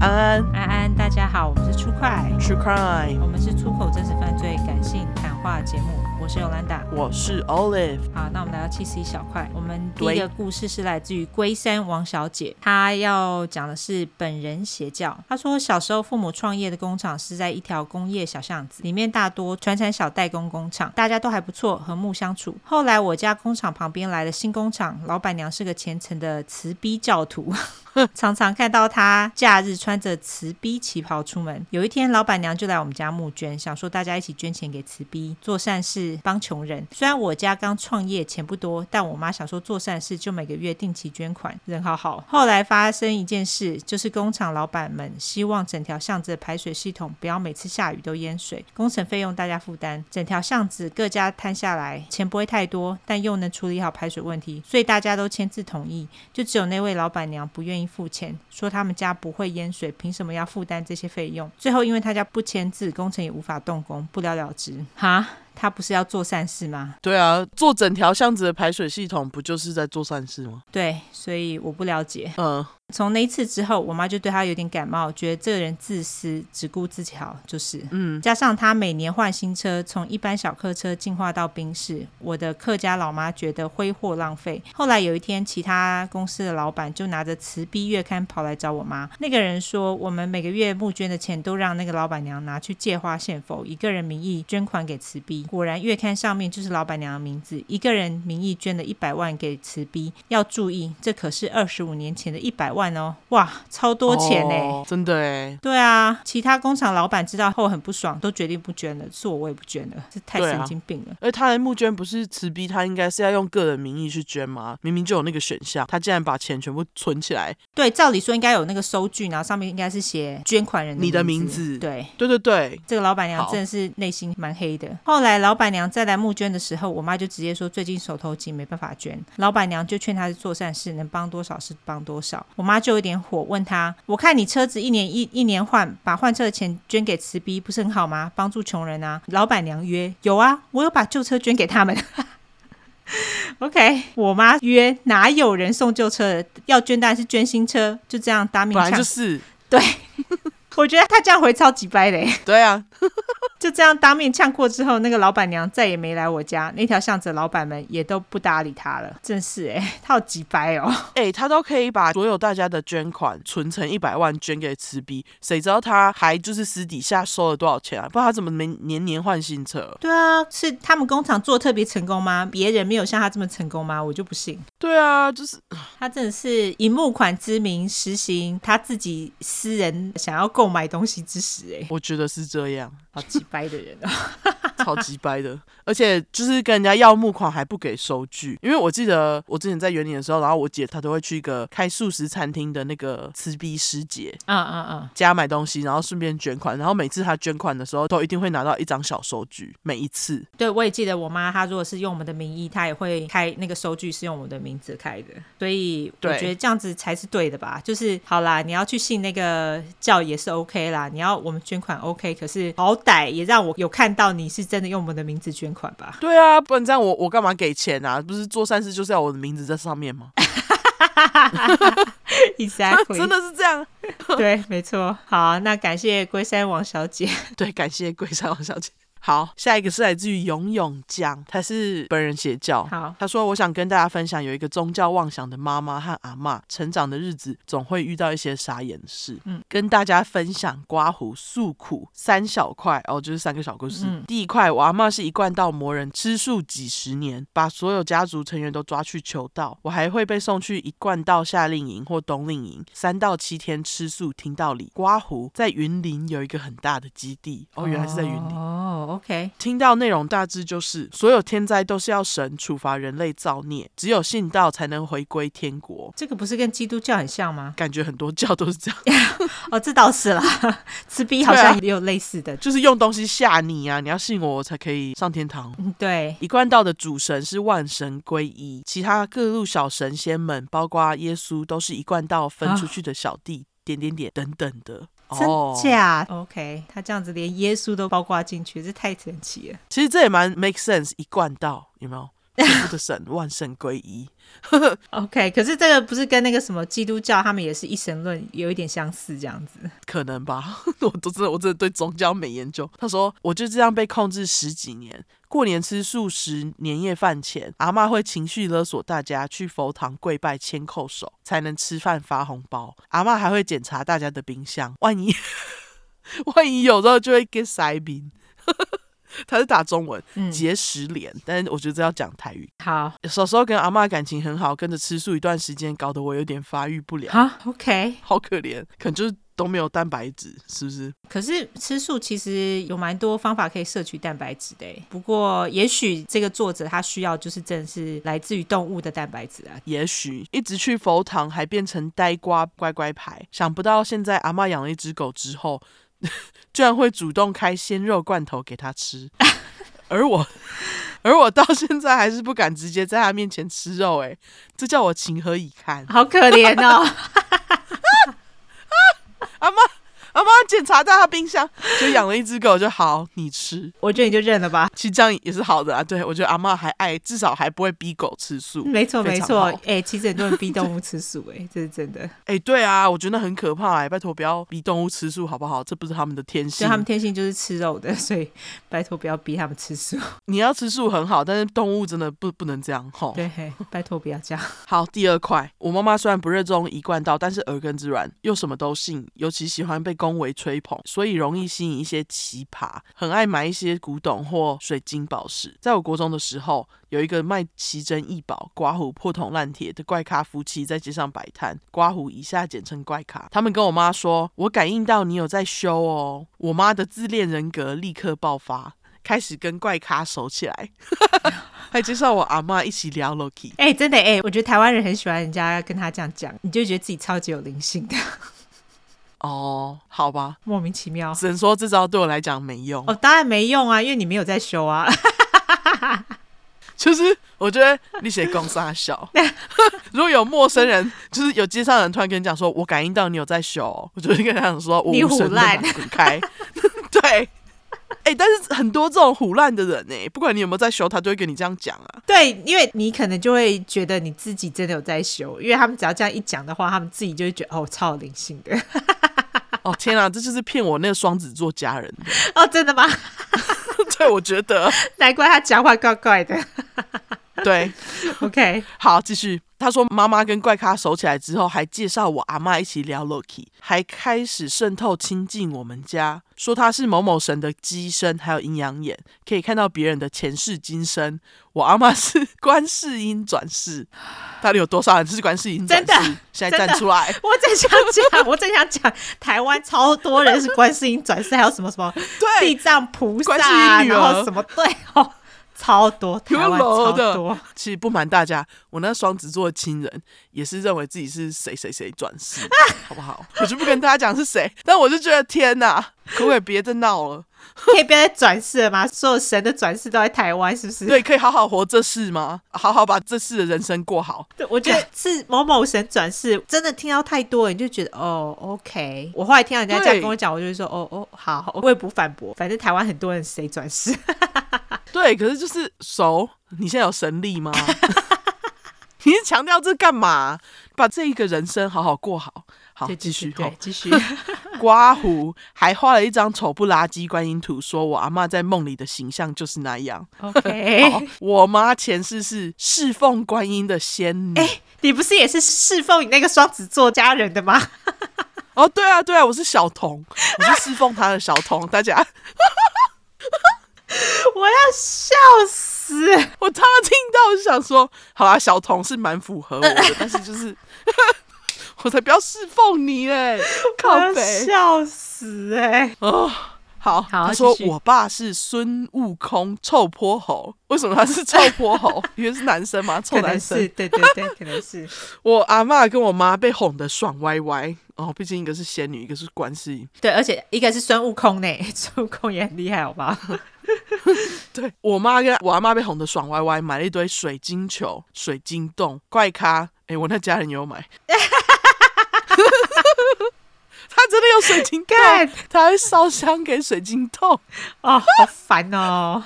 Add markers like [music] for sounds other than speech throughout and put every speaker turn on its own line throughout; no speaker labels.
安
安安，大家好，我们是出快，
，True Crime，
我们是出口真实犯罪感性谈话节目，我是 Yolanda。
我是 Olive，
好，那我们来到七十一小块。我们第一
对
个故事是来自于龟山王小姐，她要讲的是本人邪教。她说，小时候父母创业的工厂是在一条工业小巷子，里面大多传产小代工工厂，大家都还不错，和睦相处。后来我家工厂旁边来了新工厂，老板娘是个虔诚的慈逼教徒。常常看到她假日穿着慈逼旗袍出门。有一天，老板娘就来我们家募捐，想说大家一起捐钱给慈逼，做善事，帮穷人。虽然我家刚创业，钱不多，但我妈想说做善事就每个月定期捐款，人好好。后来发生一件事，就是工厂老板们希望整条巷子的排水系统不要每次下雨都淹水，工程费用大家负担，整条巷子各家摊下来，钱不会太多，但又能处理好排水问题，所以大家都签字同意。就只有那位老板娘不愿意付钱，说他们家不会淹水，凭什么要负担这些费用？最后因为他家不签字，工程也无法动工，不了了之。哈，他不是要做善事吗？
对啊，做整条巷子的排水系统不就是在做善事吗？
对，所以我不了解。
嗯，
从那一次之后，我妈就对他有点感冒，觉得这个人自私，只顾自己好，就是。嗯，加上他每年换新车，从一般小客车进化到宾士，我的客家老妈觉得挥霍浪费。后来有一天，其他公司的老板就拿着《慈逼月刊》跑来找我妈，那个人说，我们每个月募捐的钱都让那个老板娘拿去借花献佛，以个人名义捐款给慈逼。果然，月刊上面就是老板娘的名字，一个人名义捐了一百万给慈逼。要注意，这可是二十五年前的一百万哦，哇，超多钱欸呢、
哦真的哎，
对啊，其他工厂老板知道后很不爽，都决定不捐了。是我，我也不捐了，这太
对啊
神经病了。
而他来募捐不是慈逼，他应该是要用个人名义去捐吗？明明就有那个选项，他竟然把钱全部存起来。
对，照理说应该有那个收据，然后上面应该是写捐款人
你的
名
名字
对，
对对对，
这个老板娘
好
真的是内心蛮黑的。后来老板娘再来募捐的时候，我妈就直接说最近手头紧，没办法捐。老板娘就劝她是做善事，能帮多少是帮多少。我妈就有点火，问她：我看你车子一年一一年换，把换车的钱捐给慈逼，不是很好吗？帮助穷人啊。老板娘约有啊，我有把旧车捐给他们。OK，我妈约哪有人送旧车的？要捐当然是捐新车，就这样打
本
明
来
枪。
就是，
我觉得她这样回超级掰欸嘞。
对啊，
就这样当面呛过之后，那个老板娘再也没来我家，那条巷子的老板们也都不搭理她了。真是哎、她好急掰哦。
哎、他都可以把所有大家的捐款存成一百万捐给慈逼，谁知道他还就是私底下收了多少钱啊？不然他怎么没年年换新车？
[laughs] 对啊，是他们工厂做特别成功吗？别人没有像她这么成功吗？我就不信。
对啊，就是
她真的是以募款之名实行她自己私人想要购买东西之实哎、
我觉得是这样，
好急掰的人啊！
超级掰的，而且就是跟人家要募款还不给收据，因为我记得我之前在园林的时候，然后我姐她都会去一个开素食餐厅的那个慈逼师姐。
[laughs] 啊啊啊！
家买东西，然后顺便捐款，然后每次她捐款的时候，都一定会拿到一张小收据，每一次。
对，我也记得我妈，她如果是用我们的名义，她也会开那个收据是用我们的名字开的，所以我
对
觉得这样子才是对的吧。就是好啦，你要去信那个教也是 OK 啦，你要我们捐款 OK，可是好歹也让我有看到你是真的用我们的名字捐款
[laughs]
吧。
对啊，不然这样我我干嘛给钱啊？不是做善事就是要我的名字在上面吗？
exactly，
啊 [laughs] 真的是这样。
对，没错。好，那感谢龟山王小姐。
对，感谢龟山王小姐。好，下一个是来自于勇勇酱，她是本人邪教。
好
她说：“我想跟大家分享，有一个宗教妄想的妈妈和阿嬷，成长的日子总会遇到一些傻眼事。嗯，跟大家分享刮胡诉苦三小块哦，就是三个小故事。第一块，我阿嬷是一贯道魔人，吃素几十年，把所有家族成员都抓去求道。我还会被送去一贯道夏令营或冬令营，三到七天吃素听道理。刮胡在云林有一个很大的基地， [laughs] 哦，原来是在云林。
哦，OK，
听到内容大致就是，所有天灾都是要神处罚人类造孽，只有信道才能回归天国。
这个不是跟基督教很像吗？
感觉很多教都是这样， [laughs]
哦，这倒是啦， [laughs] 慈悲好
啊
像也有类似的。
就是用东西吓你啊，你要信我，我才可以上天堂。
嗯，对，
一贯道的主神是万神归一，其他各路小神仙们，包括耶稣，都是一贯道分出去的小弟，点点点等等的。
啊真
哦，
假、o k 他这样子连耶稣都包括进去，这太神奇了。
其实这也蛮 make sense，一贯道有没有？全部的神万圣归一。
OK，可是这个不是跟那个什么基督教他们也是一神论有一点相似这样子。
可能吧， [laughs] 我都真的我真的对宗教没研究。他说我就这样被控制十几年，过年吃素食年夜饭前，阿嬷会情绪勒索大家去佛堂跪拜牵叩首，才能吃饭发红包。阿嬷还会检查大家的冰箱，万一 [laughs] 万一有时候就会给塞冰。 [laughs] 他是打中文
嗯，
结石脸，但是我觉得这要讲台语。
好，
小时候跟阿嬷感情很好，跟着吃素一段时间，搞得我有点发育不良，
好，OK。
好可怜，可能就是都没有蛋白质，是不是？
可是吃素其实有蛮多方法可以摄取蛋白质的欸，不过也许这个作者他需要就是真的是来自于动物的蛋白质啊。
也许一直去佛堂，还变成呆瓜乖乖牌。想不到现在阿嬷养了一只狗之后， [laughs] 居然会主动开鲜肉罐头给它吃，而我，而我到现在还是不敢直接在它面前吃肉、欸，这叫我情何以堪？
好可怜哦，
[laughs] 阿嬷，阿嬷检查到他冰箱，就养了一只狗，就好，你吃。
我觉得你就认了吧。
其实这样也是好的啊，对我觉得阿嬷还爱，至少还不会逼狗吃素。
没错
非
没
常
错
好，
哎、其实很多人逼动物吃素、哎，这是真的，
哎、对啊，我觉得很可怕哎、拜托不要逼动物吃素好不好？这 [laughs] 不是他们的天
所
性
以。他们天性就是吃肉的，所以拜托不要逼他们吃素。
你要吃素很好，但是动物真的不不能这样吼。
对，
[laughs]
拜托不要这样。
好，第二块，我妈妈虽然不热衷一贯道，但是耳根子软，又什么都信，尤其喜欢被恭维吹捧，所以容易吸引一些奇葩，很爱买一些古董或水晶宝石。在我国中的时候，有一个卖奇珍异宝、刮胡破铜烂铁的怪咖夫妻在街上摆摊，刮胡以下简称怪咖。他们跟我妈说：“我感应到你有在修哦。”我妈的自恋人格立刻爆发。开始跟怪咖熟起来， [laughs] 还介绍我阿妈一起聊 Loki，
哎、真的哎、我觉得台湾人很喜欢人家跟他这样讲，你就觉得自己超级有灵性的， [laughs]
哦，好吧，
莫名其妙。
只能说这招对我来讲没用。
哦，当然没用啊，因为你没有在修啊。 [laughs]
就是我觉得你写公沙
[laughs]
小，如果有陌生人，就是有街上人突然跟你讲说，我感应到你有在修哦，我就会跟他讲说，我
你
无
胡
神论
乱
啊滚开。 [laughs] 对，哎、但是很多这种胡乱的人呢、欸不管你有没有在修，他都会跟你这样讲啊。
对，因为你可能就会觉得你自己真的有在修，因为他们只要这样一讲的话，他们自己就会觉得哦，超有灵性的。 [laughs]
哦天啊，这就是骗我那个双子座家人 [laughs] 的。
哦，真的吗？ [laughs]
对，我觉得
难怪他讲话怪怪的。 [laughs]
对。
OK，
好，继续。他说，妈妈跟怪咖熟起来之后，还介绍我阿妈一起聊 Loki，还开始渗透亲近我们家，说他是某某神的机身，还有阴阳眼，可以看到别人的前世今生。我阿妈是 [laughs] 观世音转世，到底有多少人是观世音转
真
世？
的
现
真
在
的
站出来，
我正想讲， [laughs] 我正想讲，台湾超多人是观世音转世，还有什么什么地
[laughs] 对，
藏菩萨
观世
啊，
音女儿
然后什么对哦，超多，台湾超
有楼的
多。
其实不瞒大家，我那双子座的亲人也是认为自己是谁谁谁转
[laughs]
世，好不好？我就不跟大家讲是谁，但我就觉得天哪，可不可以别再闹了？
可以不要再转世了吗？所有神的转世都在台湾，是不
[laughs]
是？
对，可以好好活这世吗？好好把这世的人生过好。
对，我觉得 [laughs] 是某某神转世，真的听到太多了，你就觉得哦，OK。我后来听到人家这样
对
跟我讲，我就会说哦哦，好，我也不反驳。反正台湾很多人谁转世，
对，可是就是熟，你现在有神力吗？ [laughs] 你是强调这干嘛？把这一个人生好好过好。好，
对
继续。
对
吼
对，继续。
刮胡还画了一张丑不拉几观音图，说我阿嬷在梦里的形象就是那样。好
[laughs] OK，，
我妈前世是侍奉观音的仙女。
你不是也是侍奉你那个双子座家人的吗？
哦，对啊，对啊，我是小童， [laughs] 我是侍奉她的小童。大家，
[laughs] 我要笑死！
我他妈听到我就想说，好啦，小童是蛮符合我
[laughs]
的，但是就是 [laughs] 我才不要侍奉你嘞，
我
靠
要
北
笑死哎、
哦。好，
好
他说
继续
我爸是孙悟空臭泼猴，为什么他是臭泼猴？因为是男生嘛，臭
可
男
能是
生。
对对对，可能是
我阿嬷跟我妈被哄得爽歪歪哦，毕竟一个是仙女，一个是观世音。
[laughs] 对，而且一个是孙悟空呢， [laughs] 孙悟空也很厉害，好不好？
对我妈跟我阿妈被哄得爽歪歪，买了一堆水晶球、水晶洞、怪咖。哎、我那家人也有买，他真的有水晶洞
干，
他还烧香给水晶洞。
啊哦，好烦哦！ [laughs]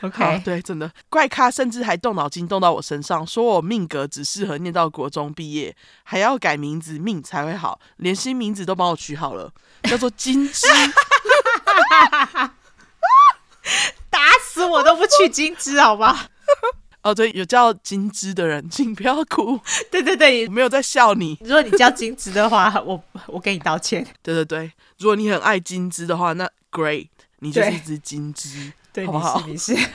好，
OK，
对，真的怪咖，甚至还动脑筋动到我身上，说我命格只适合念到国中毕业，还要改名字命才会好，连新名字都帮我取好了，叫做金枝。 [laughs]
打死我都不去金枝，好吧？
哦，对，有叫金枝的人，请不要哭，
[laughs] 对对对
我，没有在笑你。
如果你叫金枝的话，我我给你道歉。
对对对，如果你很爱金枝的话，那 great，你就是
对
一只金枝。
对，
好不好
你是你是，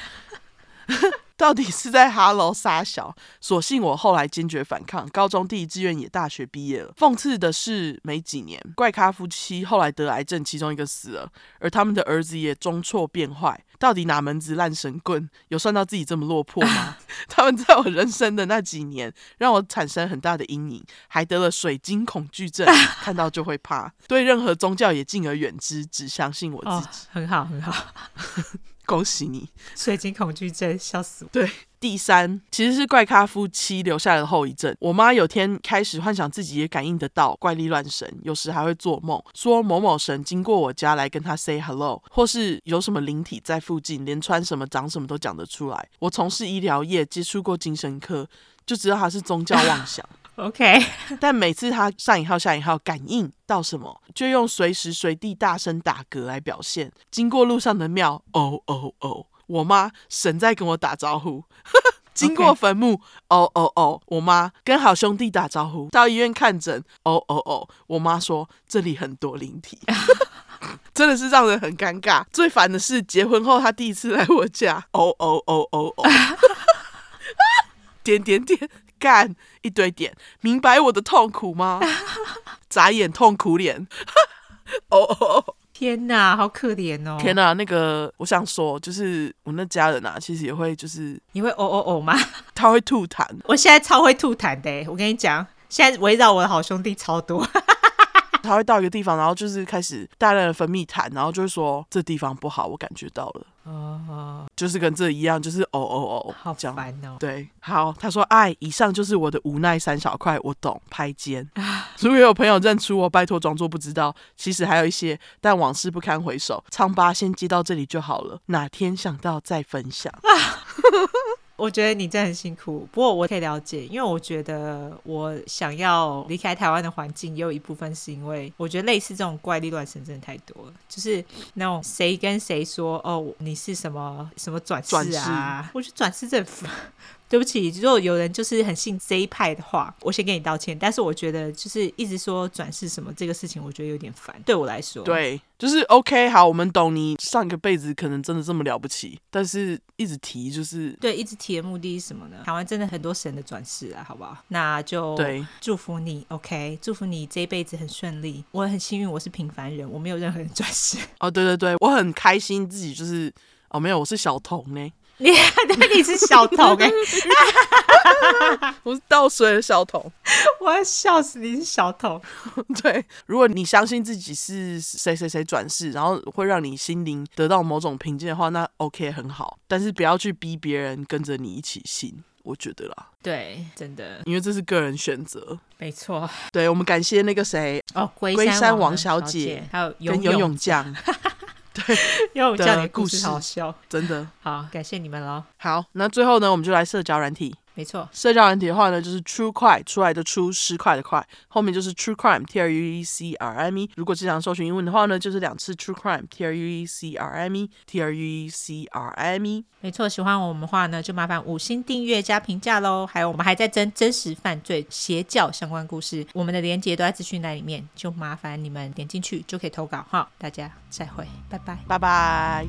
到底是在哈喽撒小？所幸我后来坚决反抗，高中第一志愿也大学毕业了。讽刺的是，没几年，怪咖夫妻后来得癌症，其中一个死了，而他们的儿子也中辍变坏。到底哪门子烂神棍？有算到自己这么落魄吗？ [laughs] 他们在我人生的那几年，让我产生很大的阴影，还得了水晶恐惧症，看到就会怕，对任何宗教也敬而远之，只相信我自
哦
己。，
很好很好，
恭喜你！
水晶恐惧症，笑死我。
对，第三其实是怪咖夫妻留下来的后遗症。我妈有天开始幻想自己也感应得到怪力乱神，有时还会做梦，说某某神经过我家来跟她 say hello，或是有什么灵体在附近，连穿什么长什么都讲得出来。我从事医疗业，接触过精神科，就知道她是宗教妄想。
OK， [laughs]
[laughs] 但每次他上引号下引号感应到什么，就用随时随地大声打嗝来表现。经过路上的庙，哦哦哦，我妈神在跟我打招呼。 [laughs] 经过坟墓，哦哦哦，我妈跟好兄弟打招呼。到医院看诊，哦哦哦，我妈说这里很多灵体。 [laughs] 真的是让人很尴尬。最烦的是，结婚后他第一次来我家，哦哦哦哦哦， [laughs] 点点点，干一堆点，明白我的痛苦
[laughs]
吗？眨眼痛苦脸， [laughs] 哦哦哦！
天哪，好可怜哦！
天哪、那个我想说，就是我那家人啊，其实也会，就是
你会哦哦哦吗？
他会吐痰，
我现在超会吐痰的欸，我跟你讲，现在围绕我的好兄弟超多。
他会到一个地方，然后就是开始大量的分泌痰，然后就会说这地方不好，我感觉到了，
哦，
就是跟这一样，就是哦哦
好
哦，这样。
烦哦！
对，好，他说：“哎，以上就是我的无奈三小块，我懂，拍肩。 [laughs] 如果有朋友认出我，拜托装作不知道。其实还有一些，但往事不堪回首，唱吧先接到这里就好了，哪天想到再分享。哦
我觉得你真的很辛苦，不过我可以了解，因为我觉得我想要离开台湾的环境，也有一部分是因为我觉得类似这种怪力乱神真的太多了，就是那种谁跟谁说哦你是什么什么转世啊，
转
我觉得转世政府。 [laughs] 对不起，如果有人就是很信这一派的话，我先给你道歉。但是我觉得就是一直说转世什么这个事情，我觉得有点烦，对我来说。
[laughs] 对，就是 OK，好，我们懂你上个辈子可能真的这么了不起，但是一直提就是
对，一直提的目的是什么呢？台湾真的很多神的转世啊，好不好？那就
对
祝福你，OK，祝福你这一辈子很顺利。我很幸运，我是平凡人，我没有任何人转世。 [laughs]
哦，对对对，我很开心自己就是哦，没有，我是小童呢，
你对你是
[laughs]
小童哎、
我是倒水的小童。
我要笑死你是小童。
[laughs] 对，如果你相信自己是谁谁谁转世，然后会让你心灵得到某种平静的话，那 OK 很好，但是不要去逼别人跟着你一起信。我觉得啦，
对，真的
因为这是个人选择。
没错。
对我们感谢那个谁
哦，龟
龟山
王
王小
小
姐
还有游
跟游
泳，
泳匠，
游泳教你
的
故
故
事
事
好笑。
[laughs] 真的
好，感谢你们喽。
好。那最后呢，我们就来社交软体。
没错，
社交软体的话呢，就是 True 块出来的出十块的块，后面就是 True Crime T R U E C R I M E。如果经常搜寻英文的话呢，就是两次 True Crime T R U E C R I M E T R U E C R I M E。
没错。喜欢我们的话呢，就麻烦五星订阅加评价喽。还有，我们还在征真实犯罪、邪教相关故事，我们的链接都在资讯栏里面，就麻烦你们点进去就可以投稿哈。大家再会，拜拜。
拜拜。